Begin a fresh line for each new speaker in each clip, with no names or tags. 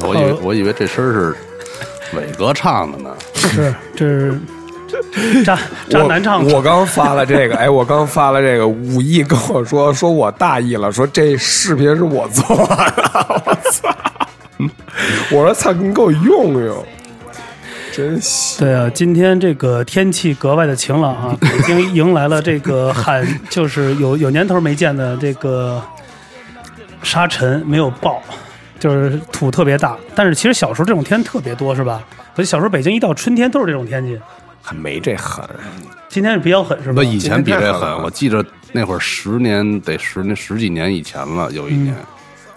我以为这声儿是伟哥唱的呢。
是这是渣渣男唱
我
的，
我刚发了这个，哎，我刚发了这个，武艺跟我说说我大意了，说这视频是我做的，我操！我说操，你给我用用，真行！
对啊，今天这个天气格外的晴朗啊，北京迎来了这个旱，就是有有年头没见的这个沙尘没有爆，就是土特别大。但是其实小时候这种天特别多，是吧？所以小时候北京一到春天都是这种天气。
还没这狠，
今天是比较狠，是吧
不，？以前比这
今天太狠
狠。
了
我记着那会儿十年得十年十几年以前了，有一年，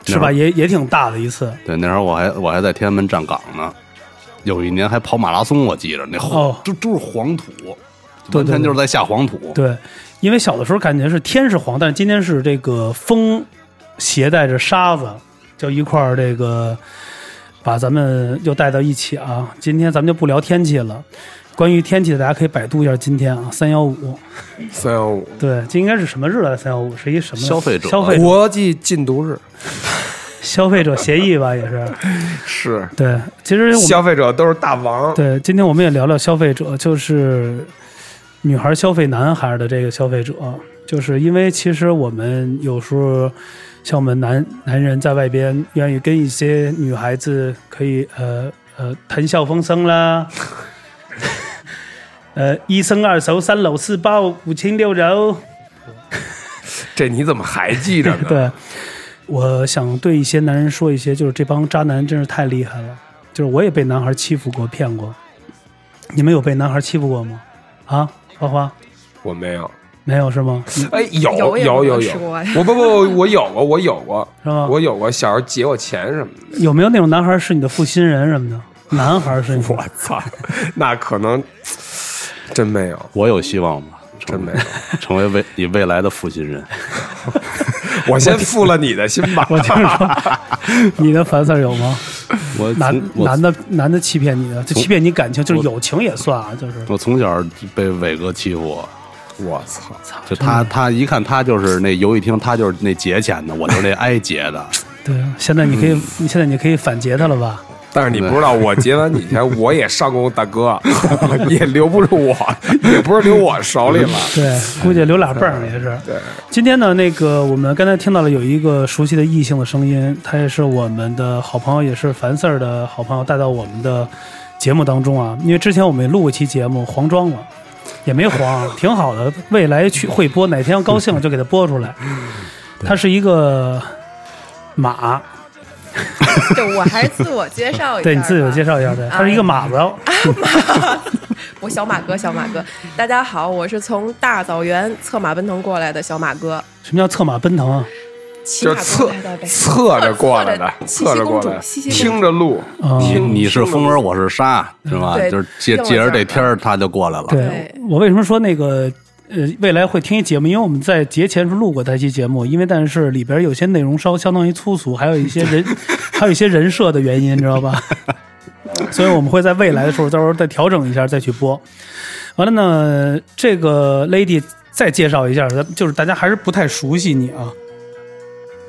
是吧？也也挺大的一次。
对，那时候我还我还在天安门站岗呢。有一年还跑马拉松，我记着那黄
哦
都都是黄土，
对
完全
对
就是在下黄土。
对，因为小的时候感觉是天是黄，但是今天是这个风携带着沙子，就一块儿这个把咱们又带到一起啊。今天咱们就不聊天气了，关于天气的大家可以百度一下今天啊，三幺五，
三幺五
对，这应该是什么日来？三幺五是一什么
消费者
消费
国际禁毒日
消费者协议吧，也是
是
对。其实我们
消费者都是大王，
对，今天我们也聊聊消费者，就是女孩消费男孩的这个消费者，就是因为其实我们有时候像我们男男人在外边愿意跟一些女孩子可以呃呃谈笑风生啦。 呃，一生二熟，三搂四抱，五亲六柔，
这你怎么还记着呢？
对，我想对一些男人说一些，就是这帮渣男真是太厉害了。就是我也被男孩欺负过、骗过，你们有被男孩欺负过吗？啊，花花
我没有，
没有是吗？
哎，有
有也
有
没
有
吃过呀
我不不，我有过，我有过，
是吗
我有过，小时候劫我钱什么的，
有没有那种男孩是你的负心人什么的？男孩是你的
我操，那可能真没有，
我有希望吗？
真
成
没
为
有。
成为未你未来的负心 人。
我先付了你的心 吧。
我听说你的烦事儿有吗？
我
男
从我
男的男的欺骗你的，就欺骗你感情，就是友情也算啊，就是
我从小被伟哥欺负，
我操！
就他他一看他就是那游戏厅，他就是那劫钱的，我就是那挨劫的。
对。啊现在你可以，你现在你可以反劫他了吧？
但是你不知道，我结完你钱，我也上过大 哥，也留不住我，也不是留我手 里了。
对，估计留俩泵儿也是。
对，
今天呢，那个我们刚才听到了有一个熟悉的异性的声音，他也是我们的好朋友，也是樊四儿的好朋友，带到我们的节目当中啊。因为之前我们也录过一期节目，黄庄了，也没黄，挺好的。未来去会播，哪天要高兴了就给他播出来。嗯他是一个马，
对，我还是自我介绍一下。
对你自己介
绍。
绍一下呗。他是一个马子，
我小马哥，小马哥，大家好，我是从大枣园策马奔腾过来的小马哥，
什么叫策马奔腾啊？
骑
就
马
是
过
侧
来的呗。
侧着过来的，
西
侧
西
着过
公
来
主，
的，
西西公
听着路。
哦
你
听
你是风儿，我是沙，是吧？
嗯对
就是借
这么
借着
事
这
儿
天儿，他就过来了。
对
对
我为什么说那个呃未来会听一节目？因为我们在节前是录过这期节目，因为但是里边有些内容稍相当于粗俗，还有一些人还有一些人设的原因，你知道吧？所以我们会在未来的时候，到时候再调整一下再去播。完了呢，这个 lady 再介绍一下，咱就是大家还是不太熟悉你啊。
主。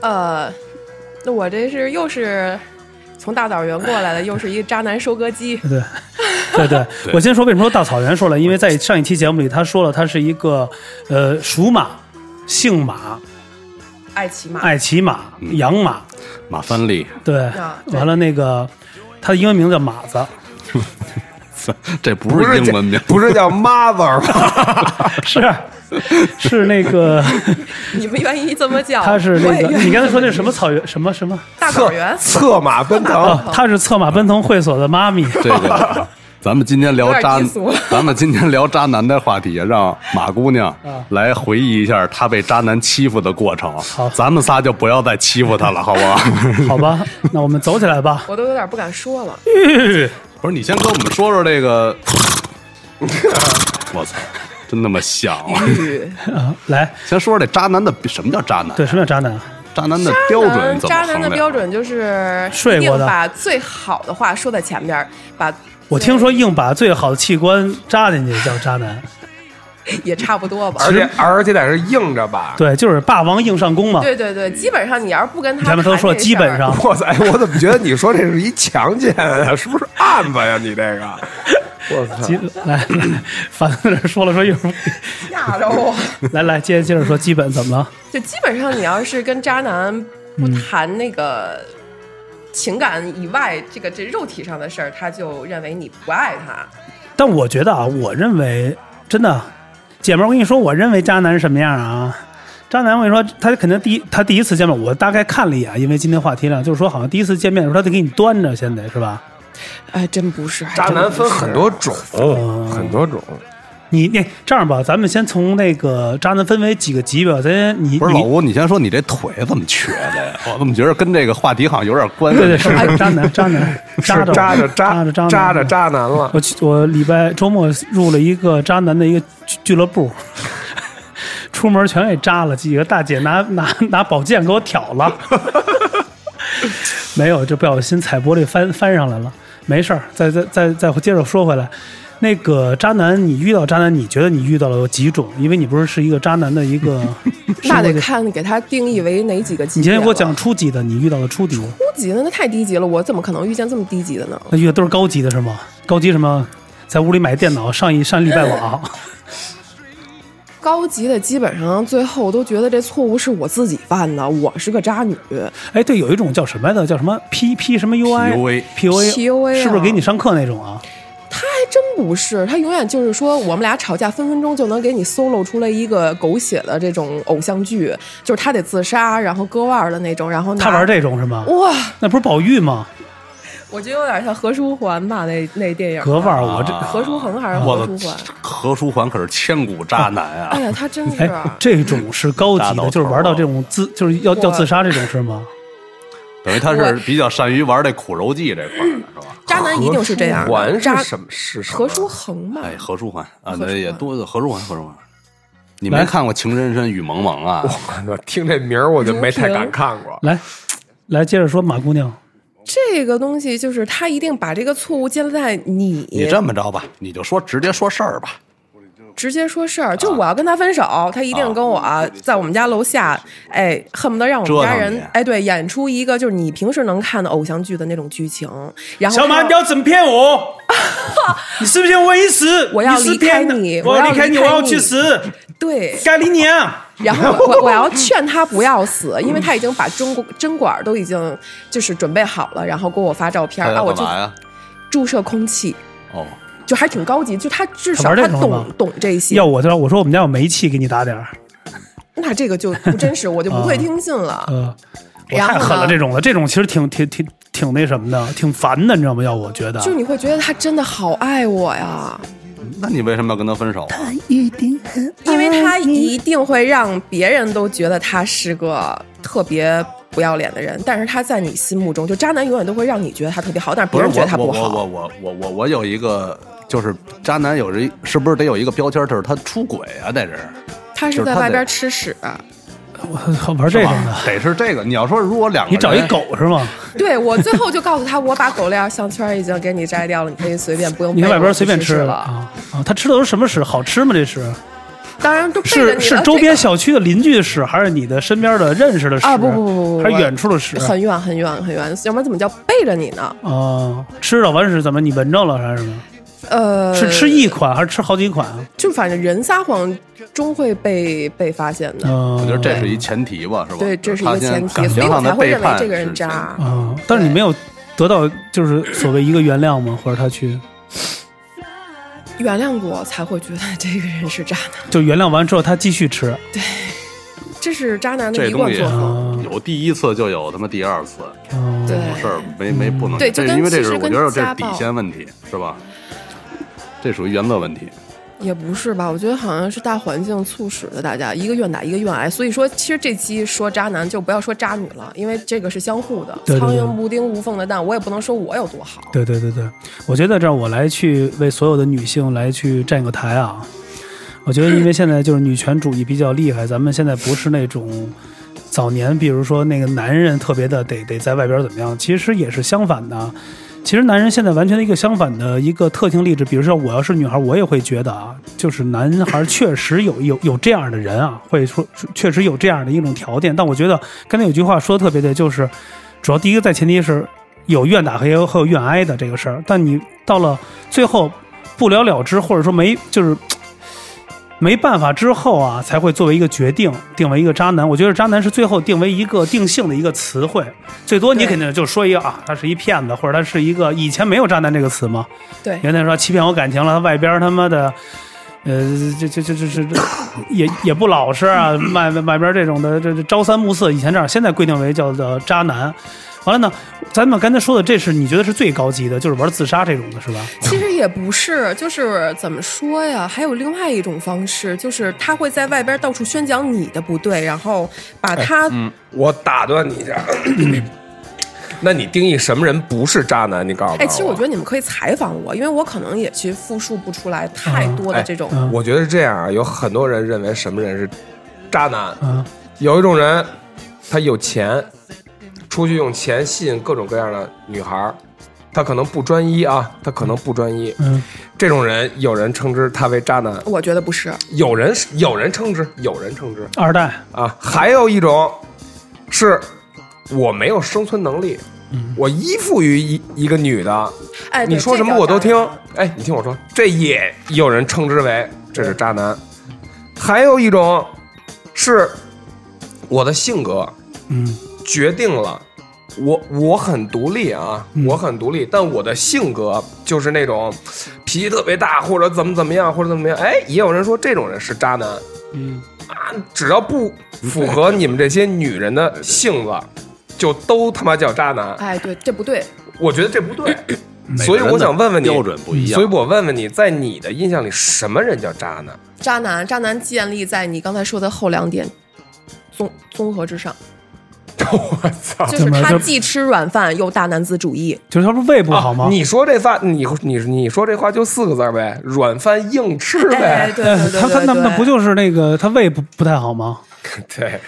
呃，那我这是又是从大枣园过来的，又是一个渣男收割机。
对，对对，我先说为什么说大草原说了，因为在上一期节目里他说了，他是一个呃属马、姓马、
爱骑马，
爱骑马、养马，
马三 立，
对，
啊对
完了那个他的英文名字叫马 子，
这不
不
是
是
英文名
叫， 不是叫 mother 吗？
是
啊
是那个
你们愿意这么 叫？
他是
我
那
也
个
愿意
你刚才说那是什么草原什么什么
大枣
策
园
策马奔腾，
哦，他是策马奔腾会所的妈 咪，
这个。咱们今天聊
有点
渣
低俗了，
咱们今天聊渣男的话题，让马姑娘
啊
来回忆一下她被渣男欺负的过程。
好
咱们仨就不要再欺负她了，好不 好？
好吧，那我们走起来吧。
我都有点不敢说了。
不是，你先跟我们说说这 个。我操，真他妈像啊！
啊，来，
先说说这渣男的什么叫渣男？
对，什么叫渣男？啊
渣男的标准怎么
渣男
衡
的
量啊
标准就是
睡
一定
过的
把最好的话说在前边儿，把
我听说硬把最好的器官扎进去叫渣男，
也差不多吧。
而且而且得是硬着吧。
对，就是霸王硬上弓嘛。
对对对，基本上你要是不跟他
嗯咱们都
谈
说
这
基
事
本
儿
上，
哇塞，我怎么觉得你说这是一强奸啊？ 是不是案子呀？你这个， 我操！
基 来来，反正说了说一会儿，
吓着我。
来来接着接着说，基本怎么了？
就基本上你要是跟渣男不谈那个情感以外，这个这肉体上的事儿，他就认为你不爱他。
但我觉得啊，我认为真的，姐们儿，我跟你说，我认为渣男是什么样啊？渣男，我跟你说，他肯定第一，他第一次见面，我大概看了一眼，因为今天话题量，就是说，好像第一次见面的时候，他得给你端着，先得是吧？
哎，真不是
渣男分很多种，很多种。
你那这样吧，咱们先从那个渣男分为几个级别吧，咱你
不是
你
老吴，你先说你这腿怎么瘸的呀？我怎么觉得跟这个话题好像有点关系？
对对是渣男渣男
是
渣着
渣着
渣渣
渣渣
着。
着渣男 了。
我去，我礼拜周末入了一个渣男的一个俱俱乐部， 出门全给扎了，几个大姐拿 拿拿宝剑给我挑了， 没有，这不小心踩玻璃翻翻上来了，没事儿，再再再再接着说回来。那个渣男，你遇到渣男，你觉得你遇到了有几种？因为你不是是一个渣男的一 个生活的，
那得看给他定义为哪几个级
你
别
今
了。
天给我讲初级的，你遇到了初级的，
初级的，那太低级了，我怎么可能遇见这么低级的呢？
那遇到都是高级的是吗？高级什么？在屋里买电脑上一上礼拜网，
高级的基本上最后都觉得这错误是我自己犯的，我是个渣女。
哎，对，有一种叫什么来着？叫什么 P P 什么 U I
PUA
P O A
PUA 啊
是不是给你上课那种啊？
他还真不是，他永远就是说，我们俩吵架分分钟就能给你 solo 出来一个狗血的这种偶像剧，就是他得自杀，然后割腕儿的那种，然后拿
他玩这种是吗？
哇，
那不是宝玉吗？
我觉得有点像何书桓吧，那那电影
格腕儿，我这
何书恒还是
我
何书
的
桓？啊
何书桓可是千古渣男啊
哎！呀，他真是、
哎，这种是高
大
级
脑头啊
的，就是玩到这种自，就是要
哇
要自杀这种是吗？
等于他是比较善于玩这苦肉计这块儿的，是吧？
渣男一定是这样
何
的，
书
渣
桓是什么？是什么
何书恒嘛，
哎，何书桓啊，
何书
那
桓
也多何书桓，何书桓，你
来
没看过《情深深雨蒙蒙》啊？
我听这名儿我就没太敢看过。
来，来接着说马姑娘，
这个东西就是他一定把这个错误建立在你
你这么着吧，你就说直接说事儿吧。
直接说事儿，就我要跟他分手，他一定跟我、在我们家楼下，哎，恨不得让我们家
折腾你
人哎，对，演出一个就是你平时能看的偶像剧的那种剧情。然后他
要怎么骗 我？你信不信我一死？
我要你是骗的离开你我要我要离开你离开我要去你
死，
对，
该理你啊！
然后我我我要劝他不要死，因为他已经把针针管都已经就是准备好了，然后给我发照片
他
儿啊，
要
我
干
就
嘛呀？
注射空气，
哦，
就还挺高级，就他至
他
少
玩这
他
种
懂
吗
懂这些
要。我就我说我们家有煤气，给你打点儿。
那这个就不真实，我就不会听信了。
呃，我
然后
太狠了，
呢
这种了，这种其实挺挺挺挺那什么的，挺烦的，你知道吗？要我觉得，
就是你会觉得他真的好爱我呀，
那你为什么要跟他分手啊？
因为他一定会让别人都觉得他是个特别不要脸的人，但是他在你心目中，就渣男永远都会让你觉得他特别好，但是别
是
人觉得
我
他
我
不好。
我我我我我我有一个，就是渣男有一是不是得有一个标签儿，就是他出轨啊？在这是
他是
就是
在
他
外
得
边吃屎、
我玩 这
是
种
啊
吧
的，？
得是这个。你要说如果两个人
你找一狗是吗？
对我最后就告诉他，我把狗链项圈已经给你摘掉了，你可以随便不用
你
背
在
着我去吃屎。
外边随便吃
了，
啊啊！他吃的都是什么屎？好吃吗？这是
当然都背着
是
你
是
了
周边
这
小区的邻居的屎，还是你的身边的认识的屎？
啊不不不不不
还是远处的屎
个？很远很远很远，要不然怎么叫背着你呢？
啊，吃了完屎怎么？你闻着了还是什么？
呃，
是吃一款还是吃好几款啊？
就反正人撒谎终会被被发现的。
我
我
觉得这是一前提吧，是吧？
对这是一个
他先感
前提
情
所以我
上的
才会
背
认为
叛
这个人
是
渣
前提
啊，但是你没有得到就是所谓一个原谅吗？或者他去
原谅过才会觉得这个人是渣男，
就原谅完之后他继续吃，
这是渣男的
这
一贯
东西
作
啊
风。
有第一次就有他妈第二次，
啊
对，
事儿没没不能。
对
这
就跟
因为这
其
是
实
我
跟
觉得这是
家
底
暴
线问题，是吧？这属于原则问题。
也不是吧？我觉得好像是大环境促使的，大家一个愿打一个愿挨。所以说，其实这期说渣男就不要说渣女了，因为这个是相互的。
对对
苍
对
蝇不叮无缝的蛋，我也不能说我有多好。
对对对对，我觉得这儿我来去为所有的女性来去站个台啊！我觉得因为现在就是女权主义比较厉害，咱们现在不是那种早年，比如说那个男人特别的得得在外边怎么样，其实也是相反的。其实男人现在完全的一个相反的一个特性例子，比如说我要是女孩，我也会觉得啊，就是男孩确实有有有这样的人啊，会说确实有这样的一种条件。但我觉得刚才有句话说的特别对，就是主要第一个在前提是有愿打和有和有愿挨的这个事儿，但你到了最后不了了之，或者说没就是没办法之后啊，才会作为一个决定定为一个渣男。我觉得渣男是最后定为一个定性的一个词汇，最多你
对
肯定就说一个啊，他是一骗子，或者他是一个以前没有渣男这个词吗？
对，
原来说欺骗我感情了，他外边他妈的，呃，这这这这这这 也也不老实啊，外外边这种的这这朝三暮四，以前这样，现在规定为叫做渣男。完了呢，咱们刚才说的这是你觉得是最高级的，就是玩自杀这种的是吧？
其实也不是，就是怎么说呀？还有另外一种方式，就是他会在外边到处宣讲你的不对，然后把他、
哎嗯
我打断你一 下，那你定义什么人不是渣男？你告诉我。
哎，其实我觉得你们可以采访我，因为我可能也去复述不出来太多的这种。
嗯
我觉得是这样啊，有很多人认为什么人是渣男，
啊，
有一种人，他有钱，出去用钱吸引各种各样的女孩儿，他可能不专一啊，他可能不专一。
嗯，
这种人，有人称之他为渣男，
我觉得不是，
有人有人称之，有人称之
二代，
啊。还有一种是，我没有生存能力，我依附于一一个女的，
哎，对
你说什么我都听。哎，你听我说，这也有人称之为这是渣男。还有一种是我的性格
嗯
决定了我我很独立啊，我很独立，但我的性格就是那种脾气特别大，或者怎么怎么样，或者怎么样。哎，也有人说这种人是渣男
嗯，
啊，只要不符合你们这些女人的性子，就都他妈叫渣男。
哎，对，这不对。
我觉得这不对。
每
所以
个人
我
的
想问问你，
标准不一样
所以我问问你，在你的印象里，什么人叫渣男？
渣男，渣男建立在你刚才说的后两点综综合之上，
我操！
就
啊怎
是
么
他
这
既吃软饭又大男子主义。
就是他不是胃不好吗？
啊你说这话，你你你说这话就四个字儿呗，软饭硬吃
哎，
呗。
对
呃
对对，
他他那
对
那不就是那个他胃不不太好吗？
对，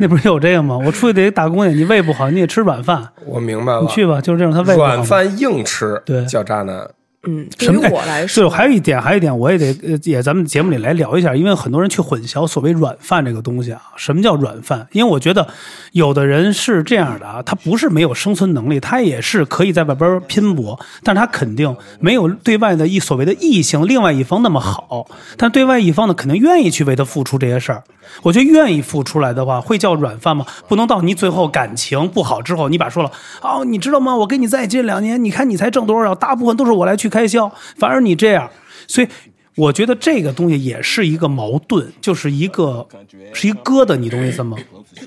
那不是有这个吗？我出去得打工去，你胃不好，你得吃软饭，
我明白了。
你去吧，就是这种他胃不好嘛。
软饭硬吃，
对
叫渣男。
嗯，对
什么
于我来
就
说，
还有一点，还有一点，我也得呃也咱们节目里来聊一下，因为很多人去混淆所谓软饭这个东西啊，什么叫软饭？因为我觉得有的人是这样的啊，他不是没有生存能力，他也是可以在外边拼搏，但是他肯定没有对外的一所谓的异性另外一方那么好，但对外一方呢，肯定愿意去为他付出这些事儿。我觉得愿意付出来的话，会叫软饭吗？不能到你最后感情不好之后，你把说了哦，你知道吗？我跟你在一起这两年，你看你才挣多少，大部分都是我来去开销，反而你这样，所以我觉得这个东西也是一个矛盾，就是一个是一个疙瘩，你懂我意思吗？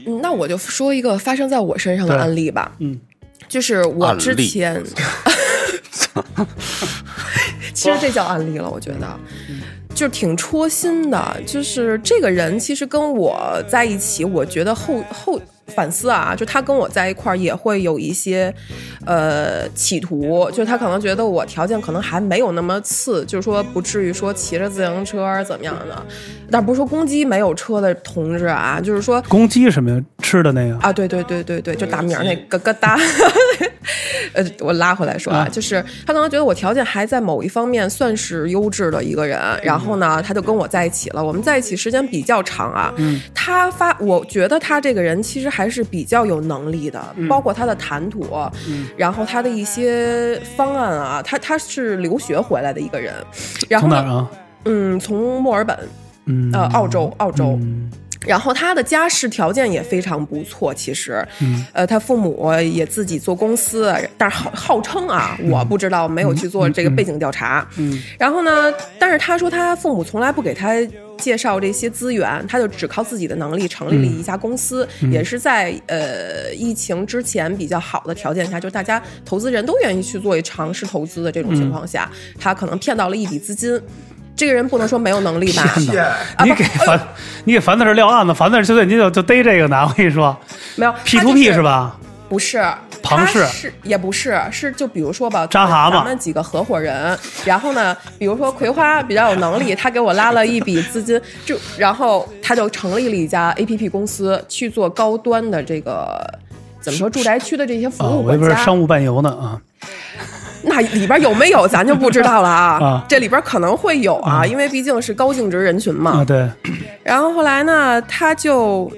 嗯那我就说一个发生在我身上的
对
案例吧。
嗯，
就是我之
案例
前， 其实这叫案例了，我觉得，
嗯
就挺戳心的。就是这个人其实跟我在一起，我觉得后后反思啊，就他跟我在一块儿也会有一些呃企图，就是他可能觉得我条件可能还没有那么次，就是说不至于说骑着自行车儿怎么样的，但不是说攻击没有车的同志啊，就是说
公鸡什么呀？吃的那个
啊，对对对对对，就打鸣儿那咯咯哒。呃，我拉回来说啊，
啊
就是他可能觉得我条件还在某一方面算是优质的一个人，
嗯
然后呢，他就跟我在一起了。我们在一起时间比较长啊，
嗯
他发，我觉得他这个人其实还是比较有能力的，
嗯
包括他的谈吐，然后他的一些方案啊，他他是留学回来的一个人，然后
从哪儿
呢，
啊？
嗯，从墨尔本，
嗯，
呃，澳洲，澳洲。
嗯
然后他的家世条件也非常不错，其实，
嗯
呃，他父母也自己做公司，但是号号称啊，我不知道，没有去做这个背景调查。
嗯
然后呢，但是他说他父母从来不给他介绍这些资源，他就只靠自己的能力成立了一家公司，
嗯
也是在呃疫情之前比较好的条件下，就大家投资人都愿意去做尝试投资的这种情况下，
嗯
他可能骗到了一笔资金。这个人不能说没有能力吧？啊
你给樊，你给樊子是撂案子，樊子是就在你就就逮这个呢。我跟你说
没有
，P
他
to
就
P 是吧？
不是，
庞
他
氏
是也不是，是就比如说吧，
扎蛤蟆
咱们几个合伙人，然后呢，比如说葵花比较有能力，他给我拉了一笔资金，就然后他就成立了一家 APP 公司去做高端的这个。怎么说住宅区的这些服
啊，
务
我以
管
为是
哦家，
商务伴游呢啊。
那里边有没有咱就不知道了啊，
啊
这里边可能会有啊，因为毕竟是高净值人群嘛。
啊，对，
然后后来呢，他就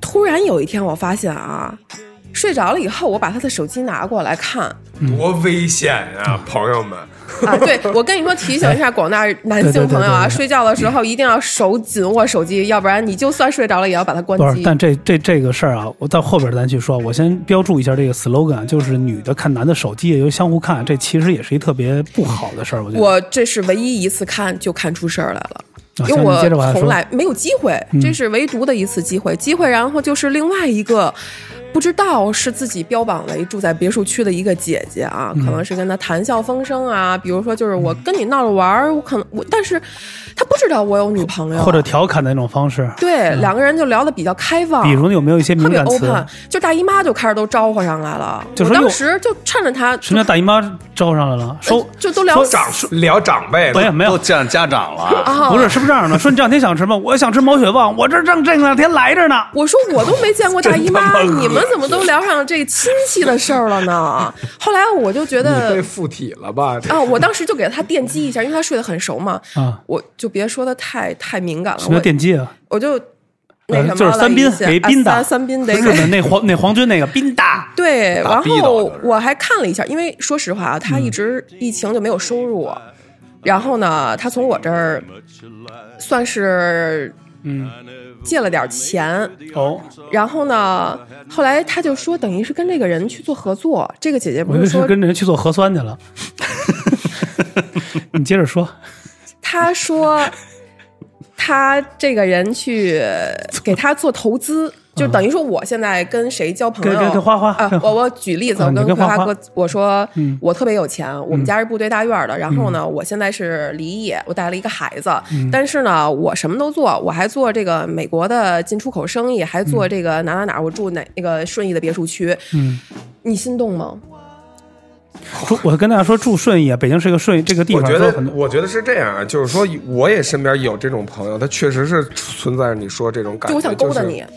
突然有一天，我发现啊，睡着了以后，我把他的手机拿过来看
嗯
多危险呀，朋友们！
啊。对，我跟你说，提醒一下广大男性朋友啊，
哎对对对对对
睡觉的时候一定要手紧握手机，要不然你就算睡着了，也要把它关
不是，
机。
但这这这个事儿啊，我到后边咱去说。我先标注一下这个 slogan，就是女的看男的手机也就相互看，这其实也是一特别不好的事儿。我觉得，
我这是唯一一次看就看出事儿来了。
啊
因为
行你接着往
我
下说嗯
从来没有机会，这是唯独的一次机会。机会，然后就是另外一个，不知道是自己标榜为住在别墅区的一个姐姐啊，
嗯
可能是跟她谈笑风生啊，比如说就是我跟你闹着玩儿，我可能我，但是她不知道我有女朋友，啊
或者调侃的那种方式，
对两个人就聊得比较开放，
比如有没有一些
特
敏
别
感词？
open，就大姨妈就开始都招呼上来了。
就
我
说哟
当时就趁着她，
什么叫大姨妈招上来了？说
就都聊
长聊长辈
不，是没
都
有。
见家长了，
啊，
不是，是不是这样的？说你这两天想吃吗？我想吃毛血旺，我这正这两天来着呢。
我说我都没见过大姨
真
妈
他妈恶，心
你们怎么都聊上这亲戚的事儿了呢？后来我就觉
你被
得
附体了吧？这
啊，我当时就给他电击一下，因为他睡得很熟嘛，
啊，
我就别说的太太敏感了，
什么叫
我
电击啊？
我就那
呃
什么了一下、
就是三宾给宾的
啊三三宾得
日
给。
本那皇那皇军那个宾大，
对，然
打逼的
后
就是
我还看了一下，因为说实话啊，他一直疫情就没有收入，然后呢，他从我这儿算是
嗯，
借了点钱，
哦，
然后呢，后来他就说，等于是跟这个人去做合作。这个姐姐不
我就是是
说，
跟人去做核酸去了。你接着说，
她说 她这个人去给他做投资，就等于说我现在跟谁交朋友？
嗯跟跟跟花花
啊
跟，
我我举例子，
啊
我
你
跟
跟花花
哥我说
嗯，
我特别有钱，我们家是部队大院的，然后呢，我现在是离异，我带了一个孩子，
嗯
但是呢，我什么都做，我还做这个美国的进出口生意，还做这个哪哪哪，我住哪那个顺义的别墅区，
嗯，
你心动吗？
住我跟大家说住顺义，啊，北京是一个顺义这个地
我
方，
觉
说
得
很多，
我觉得是这样啊，就是说，我也身边有这种朋友，他确实是存在着你说这种感觉，
就我想勾搭
是
你，啊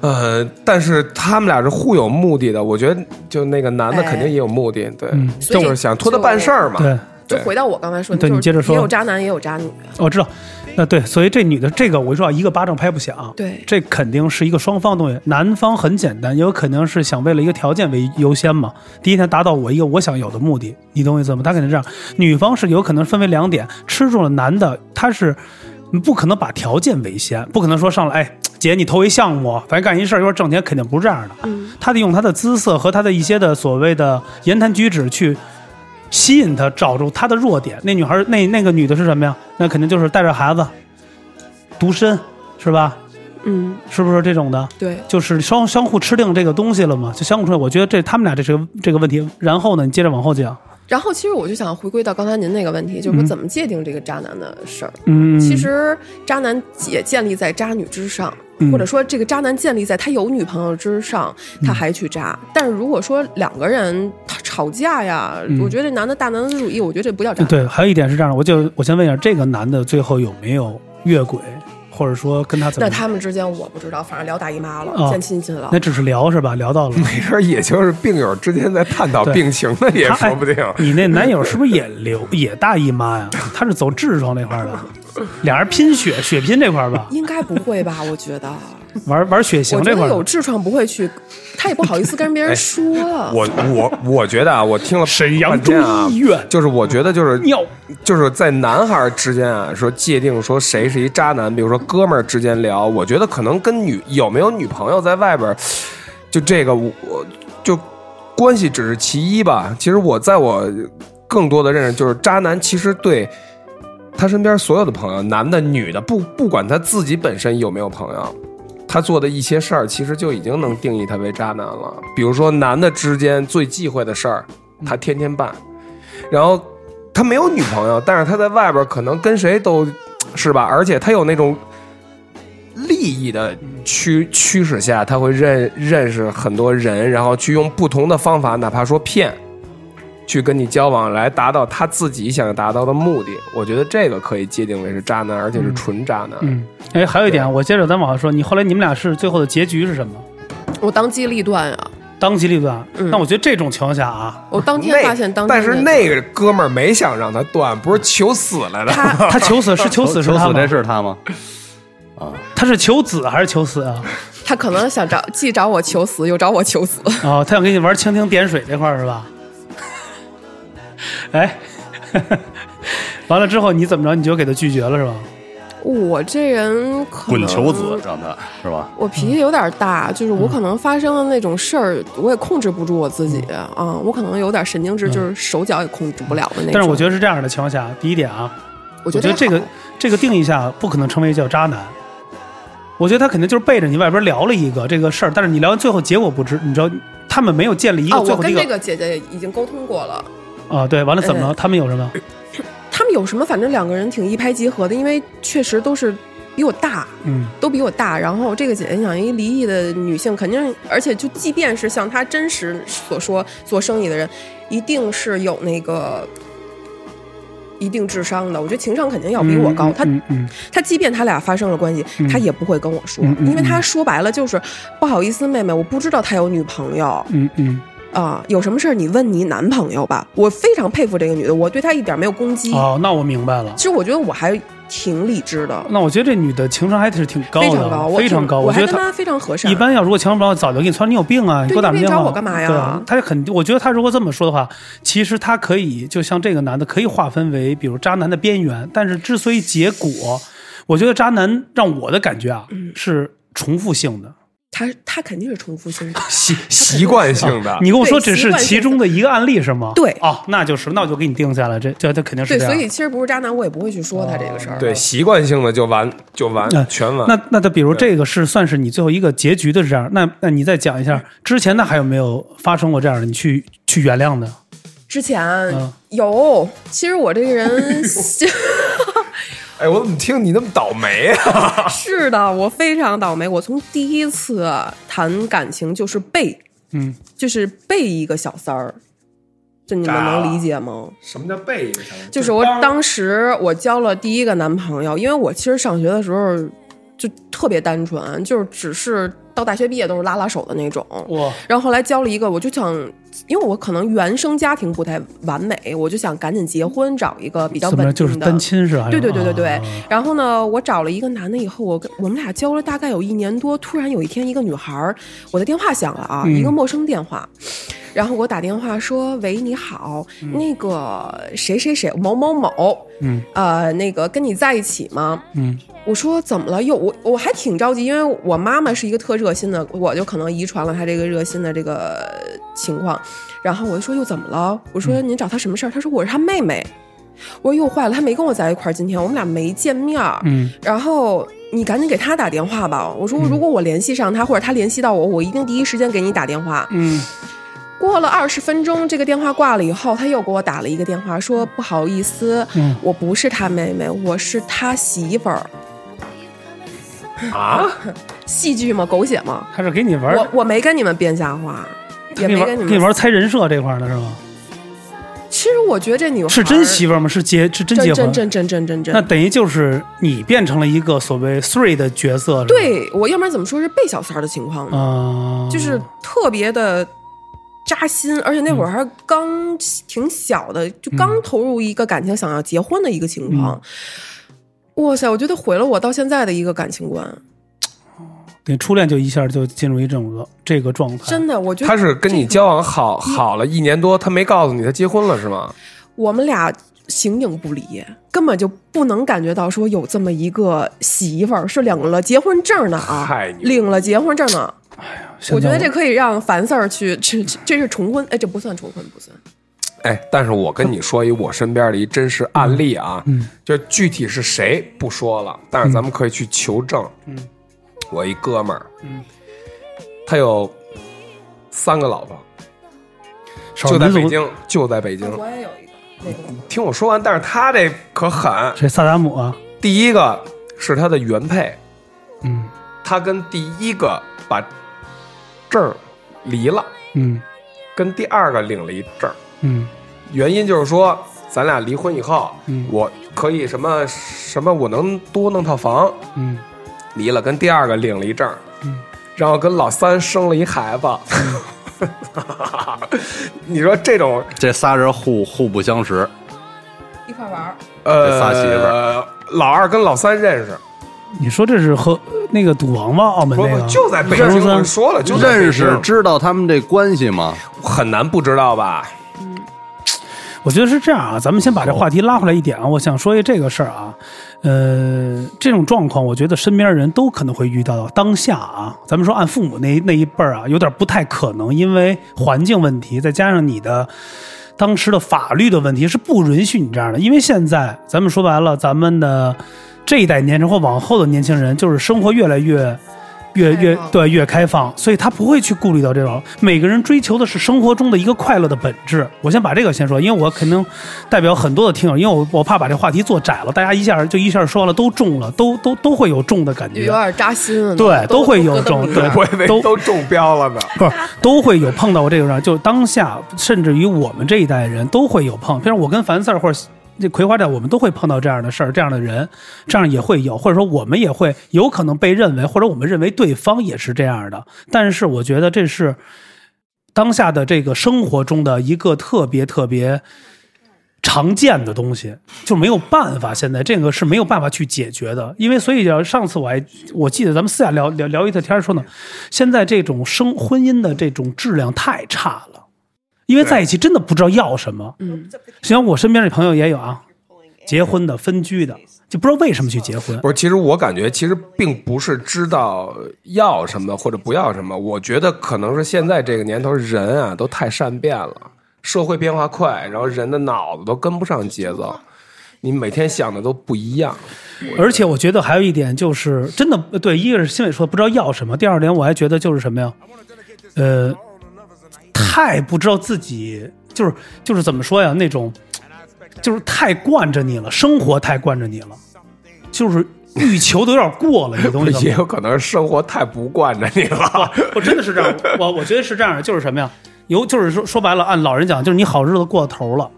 呃，但是他们俩是互有目的的，我觉得就那个男的
哎
肯定也有目的，对，
所以
就是想拖他办事儿嘛。
嗯对，
就
对
回到我刚才说的，
对
就是
你接着说
也有渣男，也有渣女，啊
我哦知道，那对，所以这女的这个，我说啊，一个巴掌拍不响，
对
这肯定是一个双方东西。男方很简单，也有肯定是想为了一个条件为优先嘛，第一他达到我一个我想有的目的，你懂我意思吗？他肯定是这样。女方是有可能分为两点，吃住了男的，他是不可能把条件为先，不可能说上来哎。姐，你投一项目，反正干一事儿一会儿挣钱，肯定不是这样的。他得用他的姿色和他的一些的所谓的言谈举止去吸引他，找住他的弱点。那女孩儿，那那个女的是什么呀？那肯定就是带着孩子，独身，是吧？
嗯，
是不是这种的？
对，
就是相相互吃定这个东西了嘛？就相互吃定。我觉得这他们俩这是个这个问题。然后呢，你接着往后讲。
然后其实我就想回归到刚才您那个问题，就是我怎么界定这个渣男的事儿。
嗯，
其实渣男也建立在渣女之上，
嗯嗯
或者说这个渣男建立在他有女朋友之上，他还去渣。但是如果说两个人吵架呀，我觉得这男的大男子主义，我觉得这不叫渣。
嗯对，还有一点是这样的，我就我先问一下，这个男的最后有没有越轨，或者说跟他怎么？
那他们之间我不知道，反正聊大姨妈了，
哦
见亲戚了
那。只是聊是吧？聊到了。
没事儿，也就是病友之间在探讨
对
病情呢，也
他
说不定。
哎你那男友是不是也留也大姨妈呀？他是走痔疮那块儿的，俩人拼血血拼这块儿吧，
应该不会吧？我 觉得，
玩玩血
我
型
觉
这
得
块儿哎
有
的。
痔疮不会去，他也不好意思跟别人说。
我我我觉得啊，我听了
沈阳
半
中
天啊
医，院嗯
就是我觉得就是
尿，
就是在男孩之间啊，说界定说谁是一渣男，比如说哥们儿之间聊，我觉得可能跟女有没有女朋友在外边儿，就这个我我就关系只是其一吧。其实我在我更多的认识就是，渣男其实对他身边所有的朋友，男的女的，不不管他自己本身有没有朋友，他做的一些事儿，其实就已经能定义他为渣男了。比如说，男的之间最忌讳的事儿，他天天办，然后他没有女朋友，但是他在外边可能跟谁都是吧，而且他有那种利益的驱驱使下，他会认认识很多人，然后去用不同的方法，哪怕说骗。去跟你交往，来达到他自己想达到的目的，我觉得这个可以界定为是渣男，而且是纯渣男。
嗯，哎，还有一点，我接着咱往下说，你后来你们俩是最后的结局是什么？
我当机立断呀、啊
当机立断。
嗯
那我觉得这种情况下啊，
我当天发现
那
当
但是
天
那个哥们儿没想让他断，不是求死来的。
他
他求死是求死是
求
他
死
吗？
这是他吗？
嗯
他是求子还是求死啊？
他可能想找既找我求死，又找我求死。
哦，他想跟你玩蜻蜓点水这块儿是吧？ 哎， 完了之后你怎么着你就给他拒绝了是吧？
我这人可能
滚球子，让他是吧？
我脾气有点大，就是
嗯
我可能发生的那种事儿，我也控制不住我自己
嗯
啊、我可能有点神经质，就是手脚也控制不了的那种。
但是我觉得是这样的情况下，第一点啊，
我
我觉得这个
好
这个定义下不可能称为叫渣男。我觉得他肯定就是背着你外边聊了一个这个事儿，但是你聊完最后结果不知，你知道他们没有建立一
啊，
个最
我
后的
跟
一
这
个
个姐姐已经沟通过了。
啊，对，完了怎么
呃
了？他们有什么？
他们有什么？反正两个人挺一拍即合的，因为确实都是比我大，
嗯，
都比我大。然后这个姐姐想，一离异的女性肯定，而且就即便是像她真实所说做生意的人，一定是有那个一定智商的。我觉得情商肯定要比我高。
嗯
她
嗯嗯
她即便她俩发生了关系，
嗯
她也不会跟我说，
嗯嗯
因为她说白了就是不好意思，妹妹，我不知道她有女朋友啊、
嗯嗯
有什么事儿你问你男朋友吧。我非常佩服这个女的，我对她一点没有攻击。
嗯，哦，那我明白了
其。实我觉得我还挺理智的，
那我觉得这女的情商还是挺高
非
的，
常高，我
非常
挺
高。
我
觉
还
得
跟
她
她非常和善。
一般要如果情商不高，早就给你窜，你有病啊！你给我打什么电
啊你
话？
找我干嘛呀
对啊，他肯定，我觉得他如果这么说的话，其实他可以就像这个男的，可以划分为比如渣男的边缘，但是之所以结果，我觉得渣男让我的感觉啊、
嗯
是重复性的。
他他肯定是重复性的，
习习惯性的，
啊你跟我说
对
只是
习惯性
其
的
中的一个案例是吗？
对
哦，那就是，那我就给你定下来，这这这肯定是
对，
这样。
所以其实不是渣男，我也不会去说他这个事儿。
哦对习惯性的就完就完
嗯
全完。
那那他比如这个是算是你最后一个结局的这样，那那你再讲一下之前的还有没有发生过这样的你去去原谅的？
之前有，其实我这个人
哎，我怎么听你那么倒霉啊？
是的，我非常倒霉。我从第一次谈感情就是背，
嗯，
就是背一个小三儿，这你们能理解吗？
什么叫背一个小人？
就是我当时我交了第一个男朋友，因为我其实上学的时候就特别单纯，就是只是到大学毕业都是拉拉手的那种。
哇，
然后后来交了一个，我就想，因为我可能原生家庭不太完美，我就想赶紧结婚，找一个比较
怎
稳
么
定
着
的。
就是单亲是吧？还
对
是
对对对对。
啊
然后呢，我找了一个男的以后，我跟我们俩交了大概有一年多，突然有一天，一个女孩儿，我的电话响了啊，
嗯
一个陌生电话。然后我打电话说：“喂，你好，那个谁谁谁某某某，
嗯，
呃，那个跟你在一起吗？”
嗯
我说怎么了？哟，我我还挺着急，因为我妈妈是一个特热心的，我就可能遗传了她这个热心的这个情况。然后我就说又怎么了？我说您找她什么事儿？她说我是她妹妹。我说又坏了，她没跟我在一块儿，今天我们俩没见面儿。
嗯
然后你赶紧给她打电话吧。我说如果我联系上她，或者她联系到我，我一定第一时间给你打电话。
嗯
过了二十分钟，这个电话挂了以后，他又给我打了一个电话，说不好意思，
嗯
我不是他妹妹，我是他媳妇儿。
啊，
戏剧吗？狗血吗？
他是给你玩，
我我没跟你们编瞎话，
他
也
给
没
玩
跟你
给
们
你。玩猜人设这块儿的是吗？
其实我觉得这女孩
是真媳妇儿吗？是结是真
真
结婚
真？真真真真
那
真。
等于就是你变成了一个所谓 three 的角色，是吧，
对我要不然怎么说是被小三儿的情况呢？
啊，
就是特别的扎心，而且那会儿还刚挺小的，就
嗯
刚投入一个感情，想要结婚的一个情况。
嗯
哇塞，我觉得毁了我到现在的一个感情
啊
观，
对初恋就一下就进入一整个这个状态，
真的，我觉
他
得
是跟你交往好好了一年多，他没告诉你他结婚了是吗？
我们俩形影不离，根本就不能感觉到说有这么一个媳妇儿是领了结婚证呢啊
太，牛
领了结婚证呢。
现在
我觉得这可以让樊 Sir 去，这这这是重婚，哎，这不算重婚，不算。
哎，但是我跟你说一我身边的一真实案例啊，
嗯
就具体是谁不说了，但是咱们可以去求证。
嗯，
我一哥们儿，
嗯，
他有三个老婆，
少数
就在
民族
北京，就在北京。
啊我也有一个，那个
听我说完，但是他这可狠，
这萨达姆啊，
第一个是他的原配，
嗯
他跟第一个把证儿离了，
嗯
跟第二个领了一证儿。
嗯
原因就是说，咱俩离婚以后，
嗯
我可以什么什么，我能多弄套房。
嗯
离了，跟第二个领了一证儿，
嗯
然后跟老三生了一孩子。 你说这种
这仨人互互不相识，
一块玩儿。
呃，
这仨媳妇
老二跟老三认识，
你说这是和那个赌王吗？澳门
不
那
不
个
就在北
中
京，我
山
说了就在北
认
京
识知道他们这关系吗？
很难不知道吧？
我觉得是这样啊，咱们先把这话题拉回来一点啊，我想说一这个事儿啊，呃，这种状况，我觉得身边人都可能会遇到。当下啊，咱们说按父母那那一辈儿啊，有点不太可能，因为环境问题，再加上你的当时的法律的问题是不允许你这样的。因为现在咱们说白了，咱们的这一代年轻人或往后的年轻人，就是生活越来越。越越
开放
对越开放，所以他不会去顾虑到这种。每个人追求的是生活中的一个快乐的本质。我先把这个先说，因为我肯定代表很多的听友，因为我我怕把这话题做窄了，大家一下就一下说了，都中了，都都都会有中的感
有啊
觉，
点扎心了呢，
对
都
都会有种
都都
对
我以为
都
都中标了呢。
不是都会有碰到过这个事儿，就是当下，甚至于我们这一代人都会有碰，比如我跟樊四儿或者。这葵花站，我们都会碰到这样的事儿，这样的人，这样也会有，或者说我们也会有可能被认为，或者我们认为对方也是这样的。但是我觉得这是当下的这个生活中的一个特别特别常见的东西，就没有办法，现在这个是没有办法去解决的。因为所以叫上次我还我记得咱们私下聊聊聊一次天儿说呢，现在这种生婚姻的这种质量太差了，因为在一起真的不知道要什么。嗯，像我身边的朋友也有啊，结婚的、分居的，就不知道为什么去结婚
不。是，其实我感觉其实并不是知道要什么或者不要什么，我觉得可能是现在这个年头人啊都太善变了，社会变化快，然后人的脑子都跟不上节奏，你每天想的都不一样。
而且我觉得还有一点就是，真的对，一个是新伟说的不知道要什么，第二点我还觉得就是什么呀，呃，太不知道自己，就是就是怎么说呀，那种就是太惯着你了，生活太惯着你了，就是欲求都有点过了，你懂 我意思
也
吗？
有可能生活太不惯着你了。
我真的是这样，我我觉得是这样的，就是什么呀？有就是说说白了，按老人讲，就是你好日子过头了，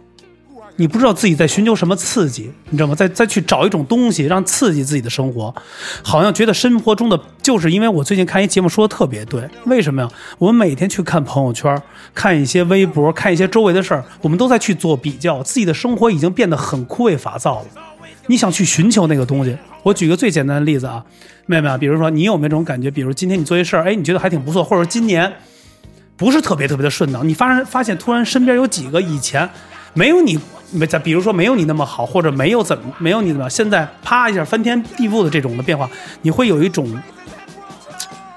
你不知道自己在寻求什么刺激，你知道吗？再再去找一种东西让刺激自己的生活，好像觉得生活中的就是因为我最近看一节目说的特别对，为什么呀？我们每天去看朋友圈，看一些微博，看一些周围的事儿，我们都在去做比较，自己的生活已经变得很枯萎乏躁了。你想去寻求那个东西。我举个最简单的例子啊，妹妹啊，比如说你有没有这种感觉？比如今天你做一事儿，哎，你觉得还挺不错，或者今年不是特别特别的顺当，你发现发现突然身边有几个以前没有你，没在比如说没有你那么好，或者没有怎么没有你怎么样，现在啪一下翻天地覆的这种的变化，你会有一种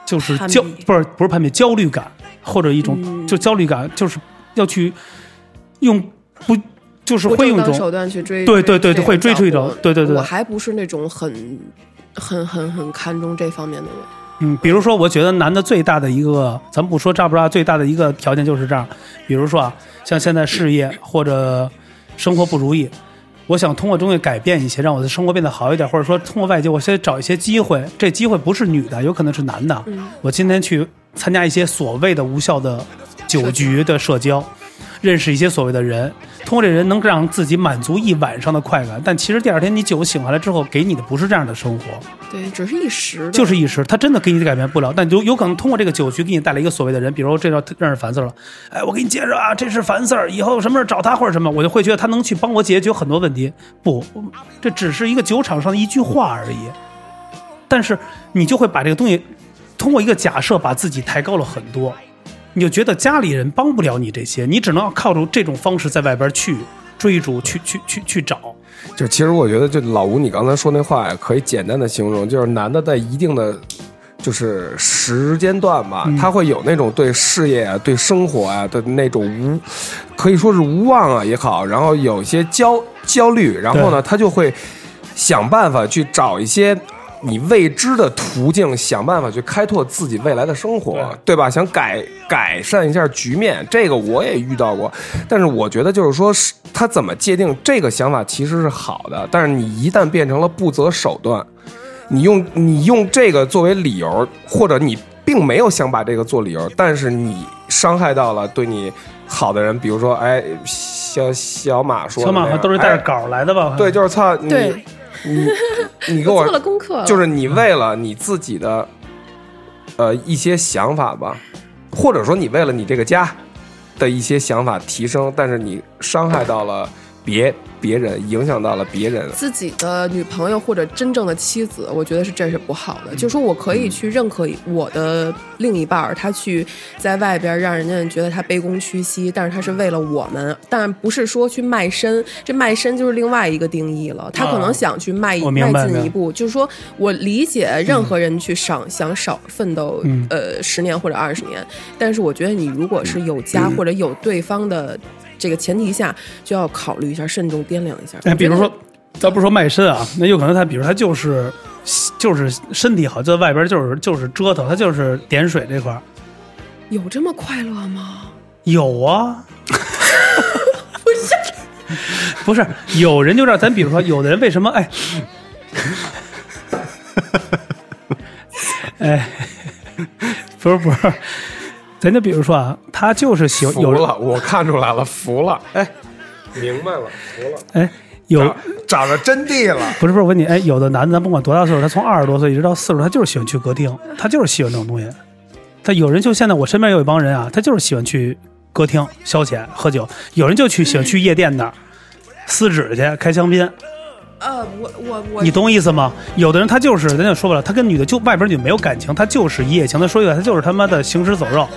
就是
攀比
焦不是不是攀比焦虑感，或者一种就焦虑感，就是要去用不就是
不
会用
正
一
当
种
手段去追，
对对对
这种
会追
角度
逐一种对对对
我还不是那种很、很、很、很看重这方面的人。
嗯，比如说，我觉得男的最大的一个，咱不说渣不渣，最大的一个条件就是这样。比如说啊，像现在事业或者生活不如意，我想通过东西改变一些，让我的生活变得好一点，或者说通过外界，我先找一些机会。这机会不是女的，有可能是男的。我今天去参加一些所谓的无效的酒局的社交，认识一些所谓的人，通过这人能让自己满足一晚上的快感，但其实第二天你酒醒过来之后，给你的不是这样的生活。
对，只是一时的，
就是一时，他真的给你改变不了，但有有可能通过这个酒局给你带来一个所谓的人，比如这叫认识樊四儿了，哎，我给你介绍啊，这是樊四儿，以后有什么事儿找他或者什么，我就会觉得他能去帮我解决很多问题。不，这只是一个酒场上的一句话而已，但是你就会把这个东西通过一个假设把自己抬高了很多，你就觉得家里人帮不了你这些，你只能靠着这种方式在外边去追逐、去去去去找。
就其实我觉得，就老吴你刚才说那话呀，可以简单的形容，就是男的在一定的就是时间段吧，他会有那种对事业啊、对生活啊的那种无，可以说是无望啊也好，然后有些焦焦虑，然后呢，他就会想办法去找一些。你未知的途径，想办法去开拓自己未来的生活，对吧？想改改善一下局面，这个我也遇到过。但是我觉得，就是说，是他怎么界定这个想法其实是好的，但是你一旦变成了不择手段，你用你用这个作为理由，或者你并没有想把这个做理由，但是你伤害到了对你好的人，比如说，哎，小小马说的
小
那样，
马都是带着
哎
稿来的吧？
对，就是操你
对
你你给
我
我
做了功课，
就是你为了你自己的呃一些想法吧，或者说你为了你这个家的一些想法提升，但是你伤害到了别别人，影响到了别人，
自己的女朋友或者真正的妻子，我觉得是这是不好
嗯
的。就说我可以去认可我的另一半儿，他去在外边儿让人家觉得他卑躬屈膝，但是他是为了我们，但不是说去卖身。这卖身就是另外一个定义
啊
了。他可能想去迈、
我明白
迈
明
进
白
一步，就是说我理解任何人去想、想少奋斗、
嗯
呃十年或者二十年，但是我觉得你如果是有
嗯
家、或者有对方的。这个前提下，就要考虑一下，慎重掂量一下。
哎，
我
比
觉
如
得
说，咱不说卖身啊，那有可能他，比如他就是就是身体好，就在外边就是就是折腾，他就是点水这块儿
有这么快乐吗？
有 啊。不是，不是，有人就让咱比如说，有的人为什么 哎，哎，不是不是，咱就比如说啊，他就是喜欢
服
有人
了，我看出来了，服了，哎，明白了，服了，
哎有
找着真谛了。
不是不是，我问你，哎，有的男的，咱甭管多大岁数，他从二十多岁一直到四十，他就是喜欢去歌厅，他就是喜欢这种东西。他有人就现在我身边有一帮人啊，他就是喜欢去歌厅消遣喝酒，有人就去喜欢去夜店那儿撕纸去开香槟，
呃，我我我，
你懂我意思吗？有的人他就是，咱就说白了，他跟女的就外边女没有感情，他就是一夜情。他说句话，他就是他妈的行尸走肉。